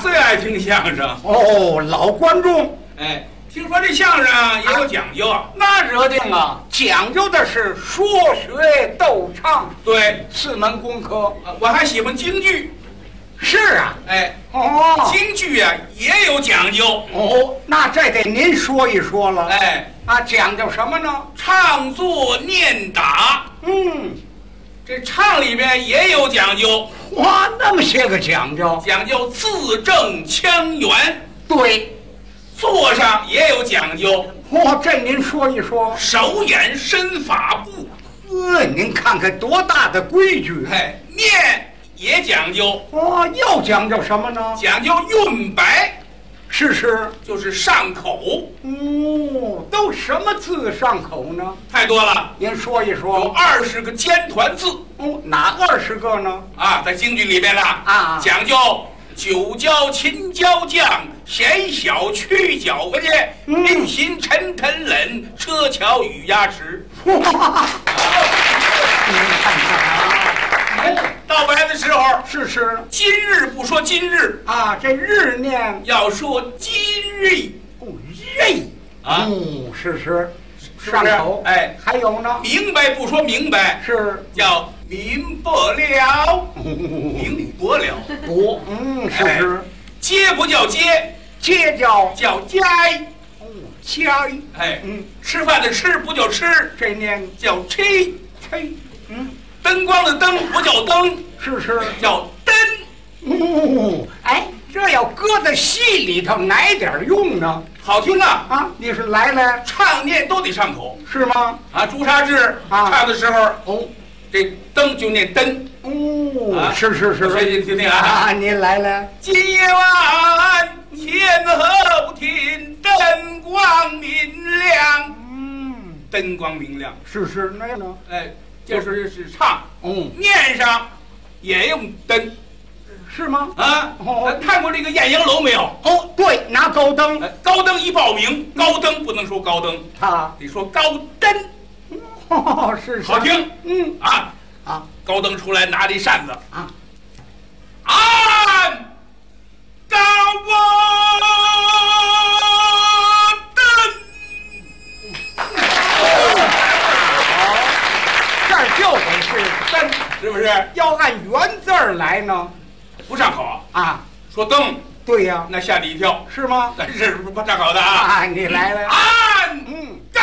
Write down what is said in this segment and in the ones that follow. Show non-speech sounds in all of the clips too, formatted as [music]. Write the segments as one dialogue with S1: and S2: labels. S1: 最爱听相声，
S2: 哦，老观众，
S1: 哎，听说这相声啊也有讲究，
S2: 那惹定啊！讲究的是说学逗唱
S1: 对，
S2: 四门功课。
S1: 啊我还喜欢京剧，
S2: 是啊，
S1: 哎，
S2: 哦
S1: 京剧啊也有讲究，
S2: 哦，那这得您说一说了。
S1: 哎，
S2: 啊，讲究什么呢？
S1: 唱做念打，
S2: 嗯，
S1: 这唱里边也有讲究，
S2: 哇，那么些个讲究。
S1: 讲究字正腔圆，
S2: 对，
S1: 坐上也有讲究，
S2: 哇，哦这您说一说。
S1: 手眼身法步，
S2: 呃，您看看多大的规矩！
S1: 哎，念也讲究，
S2: 哇，又讲究什么呢？
S1: 讲究韵白，
S2: 试试。
S1: 就是上口，
S2: 哦，都什么字上口呢？
S1: 太多了。
S2: 您说一
S1: 有
S2: 说。
S1: 二十个尖团字
S2: 哦，哪二十个呢？
S1: 啊，在京剧里边呢
S2: 啊
S1: 讲究九椒、秦椒酱、咸小、去角和面、
S2: 嗯
S1: 令心、沉沉冷、车桥与鸭池。
S2: 哇！您看哦看啊，
S1: 到白的时候， [laughs]
S2: 试试
S1: 今日不说今日，
S2: 啊，这日念
S1: 要说今日
S2: 哦耶
S1: 啊
S2: 嗯，试试
S1: 是不是
S2: 上口
S1: 哎
S2: 还有呢
S1: 明白不说明白，
S2: 是
S1: 叫明白了，明白了。
S2: 不嗯试
S1: 哎
S2: 试
S1: 接不叫接，
S2: 接叫
S1: 叫斋。
S2: 哦加
S1: 哎，
S2: 嗯
S1: 吃饭的吃不叫吃，
S2: 这念
S1: 叫吃。
S2: 嘿嗯
S1: 灯光的灯不叫灯，
S2: 试试
S1: 叫灯。
S2: 哦哎这要搁在戏里头哪点儿用呢
S1: 好听啊，
S2: 啊你是来来
S1: 唱念都得上口
S2: 是吗
S1: 啊。朱砂痣
S2: 啊
S1: 唱的时候，
S2: 哦
S1: 这灯就念灯。
S2: 哦
S1: 啊
S2: 是是
S1: 所以
S2: 是
S1: 您听听啊，
S2: 啊您来来
S1: 今夜晚天后天灯光明亮，
S2: 嗯
S1: 灯光明亮。
S2: 试试那呢
S1: 哎，这时候是唱，
S2: 嗯
S1: 念上也用灯
S2: 是吗
S1: 啊。
S2: 哦
S1: 咱看过这个艳阳楼没有？
S2: 哦对拿高灯
S1: 哎高登一报名，高登不能说高登，
S2: 他。
S1: 得说高登
S2: 哦，是是
S1: 好听
S2: 嗯
S1: 啊。
S2: 啊
S1: 高登出来拿着一扇子，
S2: 啊，
S1: 俺高登，
S2: 这儿就得是
S1: 灯是不是
S2: 要按原字儿来呢
S1: 不上口？
S2: 啊，
S1: 说灯，
S2: 对呀，
S1: 那吓你一跳。
S2: 是吗？
S1: 但是不上口的啊！
S2: 啊，你来了，
S1: 俺
S2: 嗯，
S1: 高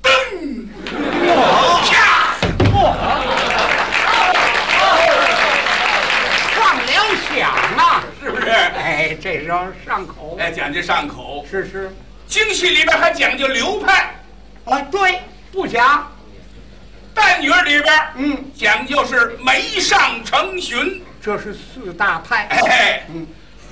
S1: 登，
S2: 我
S1: 啪！
S2: 放两响啊，
S1: 是不是？
S2: 哎，这让上口，
S1: 哎，讲究上口。
S2: 是是，
S1: 京戏里边还讲究流派，
S2: 啊，对，不假，
S1: 旦角里边
S2: 嗯，
S1: 讲究是梅上成群。
S2: 这是四大派，
S1: 哎，
S2: 嗯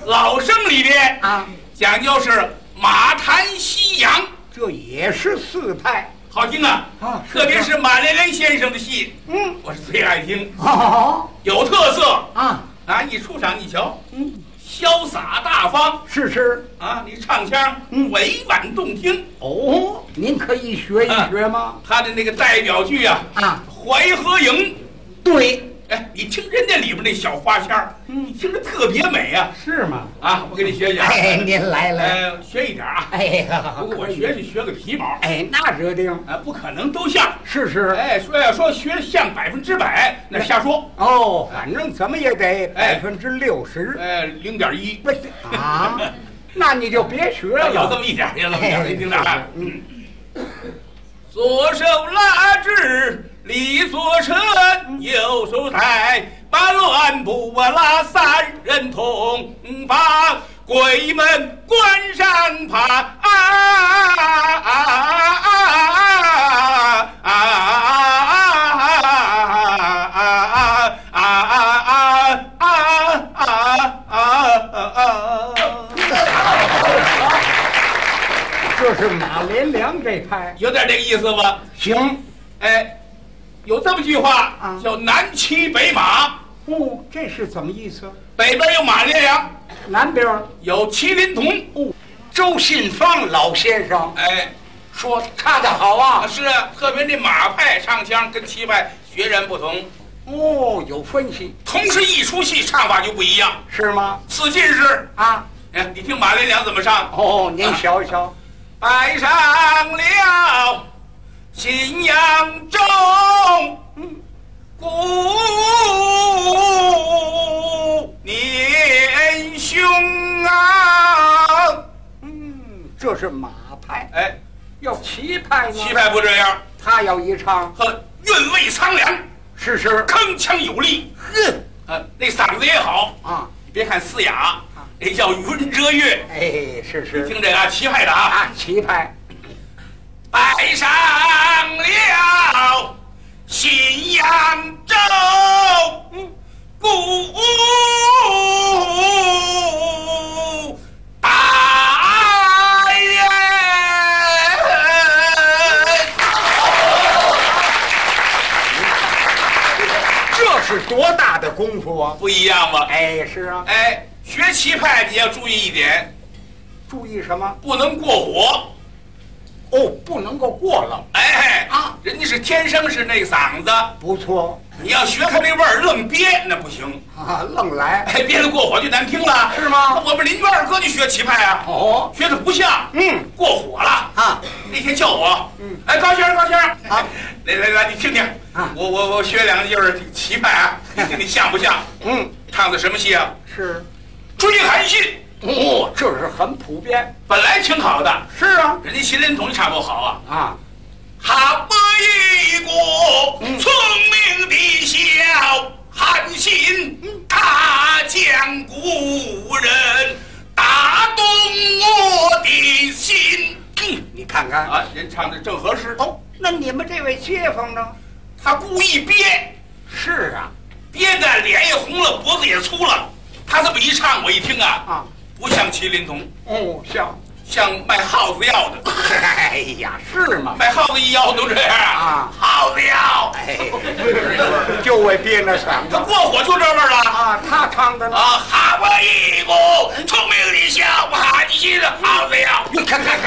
S1: 老生里边
S2: 啊，
S1: 讲究是马谈西洋，
S2: 这也是四派，
S1: 好听啊！
S2: 啊是
S1: 特别是马连良先生的戏，
S2: 嗯，
S1: 我是最爱听，
S2: 好
S1: 有特色
S2: 啊，
S1: 啊！一出场一瞧，
S2: 嗯，
S1: 潇洒大方
S2: 是是，
S1: 啊！你唱腔
S2: 嗯
S1: 委婉动听，
S2: 哦，您可以学一学吗？
S1: 他的那个代表剧啊，
S2: 啊，
S1: 《淮河营》。
S2: 对，
S1: 哎，你听人家里边那小花腔儿，
S2: 嗯
S1: 你听着特别美啊！
S2: 是吗？
S1: 啊，我给你学学啊，
S2: 哎，您来了，
S1: 呃，学一点啊。
S2: 哎，
S1: 不过我学是学个皮毛，
S2: 哎，那惹定，
S1: 啊，不可能都像。
S2: 试试。
S1: 哎，说要说学像百分之百，那瞎说。
S2: 哦，反正怎么也得
S1: 哎
S2: 百分之六十。
S1: 哎，零点一，
S2: 不是啊，那你就别学了。
S1: 有这么一点，有这么一点，
S2: 哎
S1: 您听着啊。
S2: 嗯
S1: 左手拉直李左身，右手抬八乱步啊，拉三人同把鬼门关上爬。啊啊啊啊啊啊啊啊啊啊！
S2: 这是马连良这派。
S1: 有点这个意思吧？
S2: 行，
S1: 哎，有这么句话
S2: 啊
S1: 叫“南骑北马
S2: 哦，这是怎么意思？”，
S1: 北边有马连良，
S2: 南边儿
S1: 有麒麟童。
S2: 哦，周信芳老先生
S1: 哎，
S2: 说唱得好
S1: 啊
S2: 啊。
S1: 是啊，特别这马派唱腔跟骑派决然不同。
S2: 哦，有分析
S1: 同时一出戏唱法就不一样。
S2: 是吗？
S1: 四进士，
S2: 啊，
S1: 哎，你听马连良怎么唱？
S2: 哦，您瞧一瞧，
S1: 摆上了新扬州
S2: 嗯
S1: 古年兄啊！
S2: 嗯，这是马派，
S1: 哎，
S2: 要棋派呢，
S1: 气派不这样，
S2: 他要一唱，
S1: 呵，韵味苍凉，
S2: 试试，
S1: 铿锵有力，
S2: 哼
S1: 呃，那嗓子也好。
S2: 啊，
S1: 你别看嘶哑，那叫云遮月。
S2: 哎，试试
S1: 听这个啊，气派的啊。
S2: 啊，棋派，
S1: 摆上了新扬州古大人，
S2: 这是多大的功夫啊！
S1: 不一样吧？
S2: 哎，是啊，
S1: 哎，学棋派你要注意一点，
S2: 注意什么？
S1: 不能过火。
S2: 哦，不能够过冷，
S1: 哎
S2: 啊
S1: 人家是天生是那嗓子，
S2: 不错
S1: 你要学他那味儿愣憋那不行。
S2: 啊，愣来
S1: 哎，憋得过火就难听了，
S2: 是吗
S1: 那我们邻居二哥就学棋派啊，
S2: 哦，
S1: 学的不像，
S2: 嗯
S1: 过火了
S2: 啊。
S1: 那天叫我，
S2: 嗯
S1: 哎，高先生，高先生，
S2: 啊，
S1: [laughs] 来来来，你听听，
S2: 啊
S1: 我我我学两句儿棋派啊，你听你像不像？
S2: 嗯，
S1: 唱的什么戏啊？
S2: 是，
S1: 追韩信，
S2: 哦，这是很普遍，
S1: 本来挺好的，
S2: 是啊，
S1: 人家秦连童唱多好啊，
S2: 啊，
S1: 汉末一国
S2: 嗯
S1: 聪明的小韩信，大将古人，打动我的心。嗯，
S2: 你看看，
S1: 啊，人唱的正合适，
S2: 哦，那你们这位街坊呢？
S1: 他故意憋，
S2: 是啊，
S1: 憋的脸也红了，脖子也粗了。他这么一唱，我一听啊，
S2: 啊，
S1: 不像麒麟童，
S2: 哦，像， [laughs]
S1: 像卖耗子药的，
S2: 哎呀，是吗？
S1: 卖耗子一药都这样
S2: 啊
S1: 耗子药。
S2: 哎， [laughs] 就为憋那嗓
S1: 他
S2: 子
S1: 过火就这味儿了。
S2: 啊，他唱的呢 [laughs]
S1: 啊，，哈巴一个聪明的小孩，你是好子呀！
S2: 你看看，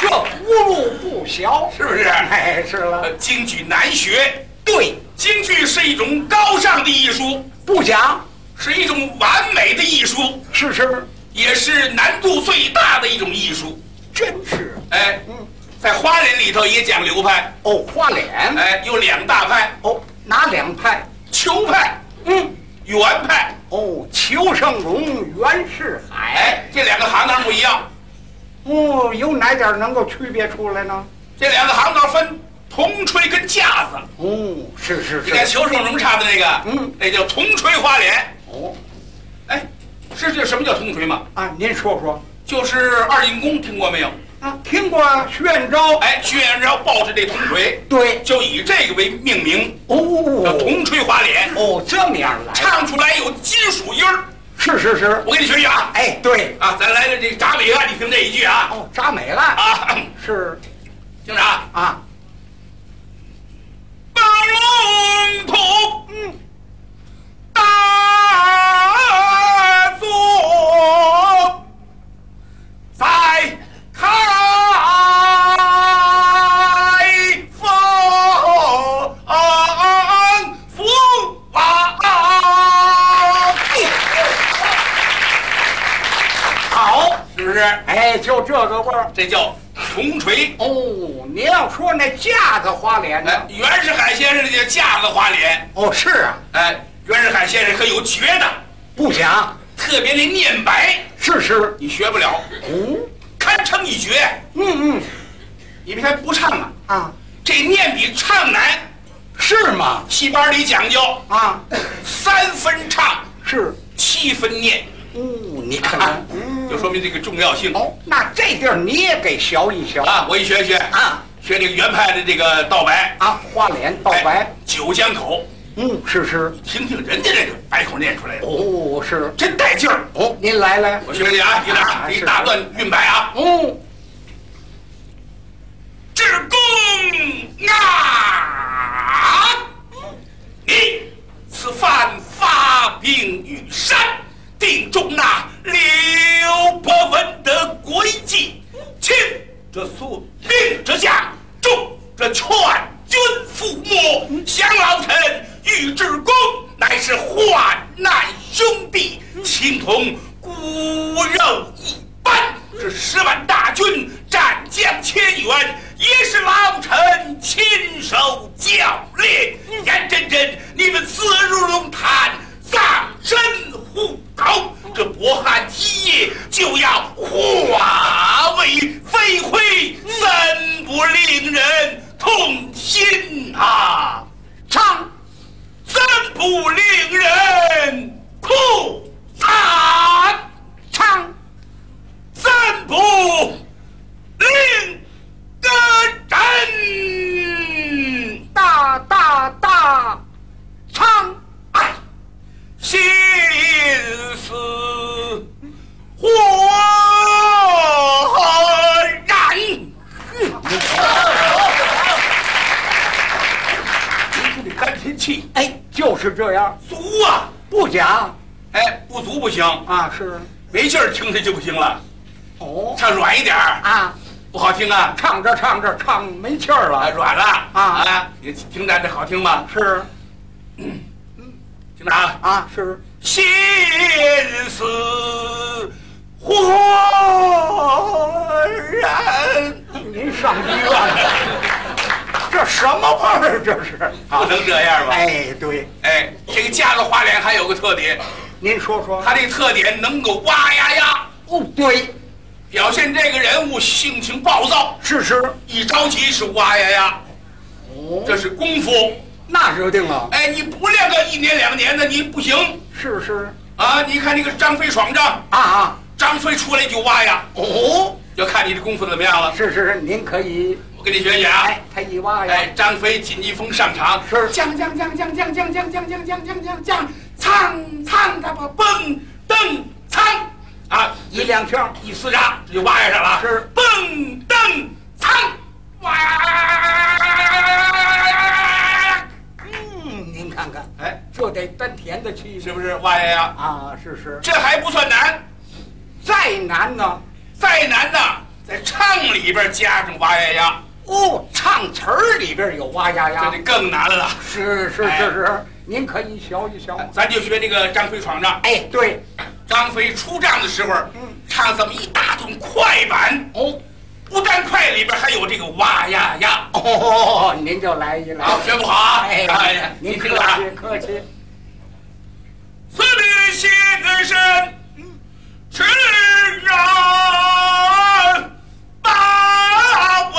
S2: 这轱辘不小，
S1: 是不是
S2: 哎，是了
S1: 呃，，京剧难学，
S2: 对，
S1: 京剧是一种高尚的艺术，
S2: 不假，
S1: 是一种完美的艺术，
S2: 是是，
S1: 也是难度最大的一种艺术。
S2: 真是，
S1: 哎，
S2: 嗯，
S1: 在花脸里头也讲流派，
S2: 哦，花脸，
S1: 哎，有两大派：
S2: 哦，哪两派？
S1: 球派、
S2: 嗯，
S1: 圆派。
S2: 哦，裘盛戎、袁世海，
S1: 哎，这两个行当不一样，
S2: 哦，有哪点能够区别出来呢？
S1: 这两个行当分铜锤跟架子。
S2: 哦，是是
S1: 你看
S2: 是，
S1: 裘盛戎唱的那个，
S2: 嗯，
S1: 那叫铜锤花脸。
S2: 哦，
S1: 哎，是这什么叫铜锤吗？
S2: 啊，您说说
S1: 就是二进宫，听过没有？
S2: 啊，听过啊，炫招，
S1: 哎，薛元璋抱着这铜锤，
S2: 对，
S1: 就以这个为命名，叫
S2: 哦，
S1: 铜锤花脸，
S2: 哦，这么样来，
S1: 唱出来有金属音儿。
S2: 是是是，
S1: 我给你学学啊！
S2: 哎，对，
S1: 啊，咱来个这铡美啊，你听这一句啊
S2: 哦，扎美了，
S1: 啊，
S2: 是
S1: 听着啊，
S2: 啊，
S1: 八龙图
S2: 嗯，
S1: 大作在开封府啊，
S2: 好，
S1: 是不是？
S2: 哎，就这个味儿。
S1: 这叫铜锤。
S2: 哦，您要说那架子花脸
S1: 哎
S2: 呢？，
S1: 袁世凯先生那叫架子花脸。
S2: 哦，是啊，
S1: 哎，袁世凯先生可有绝的，
S2: 不假，
S1: 特别那念白，
S2: 是是，
S1: 你学不了，
S2: 哦，
S1: 堪称一绝。
S2: 嗯嗯
S1: 你们还不唱啊？
S2: 啊，
S1: 这念比唱难，
S2: 是吗？
S1: 戏班里讲究
S2: 啊，
S1: 三分唱，
S2: 是，
S1: 七分念，啊
S2: 哦，你看看，嗯，
S1: 就说明这个重要性。
S2: 哦，那这地儿你也给学一学
S1: 啊，我一学学
S2: 啊
S1: 学这个原派的这个道白，
S2: 啊，花脸到白
S1: 哎，九江口，
S2: 嗯，是是，
S1: 听听人家这个白口念出来的，
S2: 哦是，
S1: 真带劲儿。
S2: 哦，您来来，
S1: 我学学啊，你俩
S2: 啊
S1: 这一
S2: 是
S1: 大段韵白啊，
S2: 哦，
S1: 至公啊，你此番发兵于山，定中那刘伯温的诡计，轻者速，兵之下，重者劝君服金铜骨肉一般。这十万大军斩将千员，也是老臣亲手教练。严真真，你们死如龙潭，葬身虎口。这博汉基业就要化为飞灰，怎不令人痛心啊？
S2: 唱，
S1: 怎不令人哭惨？
S2: 唱，
S1: 怎不令个人
S2: 大大大，唱，
S1: 哎心思火然？您这丹田气
S2: 哎，就是这样，
S1: 足啊！
S2: 不假
S1: 哎，不足不行，
S2: 啊，是，
S1: 没劲儿听着就不行了，
S2: 哦，
S1: 唱软一点儿，
S2: 啊，
S1: 不好听啊，
S2: 唱着唱着唱没气儿
S1: 啊
S2: 了，
S1: 软了
S2: 啊
S1: 啊！你听着这好听吗？
S2: 是
S1: 听着啊，
S2: 啊，是，
S1: 心思豁然，
S2: 您上医院了， [laughs] 这什么味儿这是？啊
S1: 不啊能这样吧？
S2: 哎，对，
S1: 哎，这个嫁入花脸还有个特点，
S2: 您说说，
S1: 他这个特点能够哇呀呀
S2: 哦，对，
S1: 表现这个人物性情暴躁，
S2: 是是，
S1: 一着急是哇呀呀，
S2: 哦
S1: 这是功夫。
S2: 那就定了，
S1: 哎，你不练个一年两年的你不行
S2: 是是，
S1: 啊！你看那个张飞闯帐，
S2: 啊啊，
S1: 张飞出来就哇呀，
S2: 哦，
S1: 要看你这功夫怎么样了。
S2: 是是，您可以，
S1: 我给你学学啊。
S2: 哎，他一挖呀，
S1: 哎，张飞锦衣风上场，
S2: 是
S1: 将将将将将将将将将将将将将，苍苍他把蹦蹬苍啊，
S2: 一两枪，
S1: 一厮杀就挖下上了，
S2: 是
S1: 蹦蹬苍哇！
S2: 嗯，您看看，
S1: 哎，
S2: 这得丹田的气
S1: 是不是哇呀呀？
S2: 啊，是是，
S1: 这还不算难，
S2: 再难呢，
S1: 再难呢，在唱里边加上哇呀呀，
S2: 哦，唱词儿里边有哇呀
S1: 这
S2: 呀
S1: 就，更难了。
S2: 是是
S1: 哎
S2: 是是，您可以学一学吗？
S1: 咱就学这个张飞闯帐。
S2: 哎，对，
S1: 张飞出帐的时候，
S2: 嗯
S1: 唱这么一大通快板，
S2: 哦
S1: 不但快里边还有这个哇呀呀，
S2: 哦，您就来一来
S1: 啊，，学不好啊！
S2: 哎
S1: 哎，你
S2: 您
S1: 听
S2: 客
S1: 着啊，
S2: 气客气，
S1: 此地写个身，
S2: 嗯
S1: 吃人把我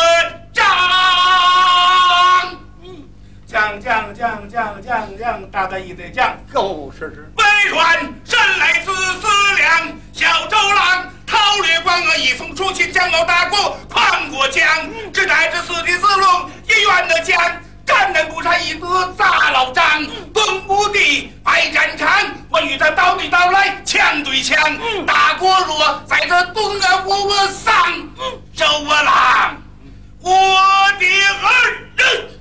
S1: 张，
S2: 嗯
S1: 将将将将将将，大大一堆将。
S2: 哦，是是，
S1: 微软身来自思量，小周郎韬略光啊，以风出秦江敖大过跨过江，这乃至四地四龙一院的江。战南不差一个大老张，东吴地白展长，我与他刀对刀来，枪对枪，打过若在这东啊我我上，周啊郎，我的儿子，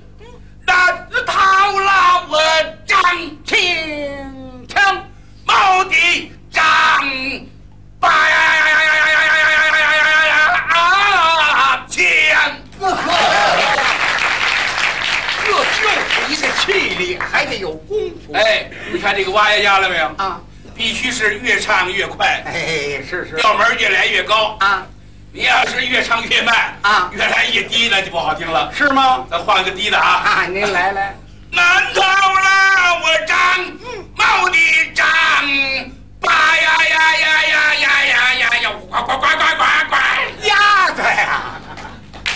S1: 那套了我张
S2: 听枪，
S1: 毛的张八呀呀呀呀呀呀呀呀呀呀呀呀啊！枪，
S2: 这就是一个气力，还得有功夫
S1: 哎，你看这个哇呀呀了没有？
S2: 啊，
S1: 必须是越唱越快，
S2: 哎，是是
S1: 调门越来越高。
S2: 啊，
S1: 你要是越唱越慢
S2: 啊
S1: 越来越低，那就不好听了。
S2: 是吗？
S1: 咱换个低的啊。
S2: 啊，您来来，
S1: 难逃了我张毛的张八呀呀呀呀呀呀呀呀！呱呱呱呱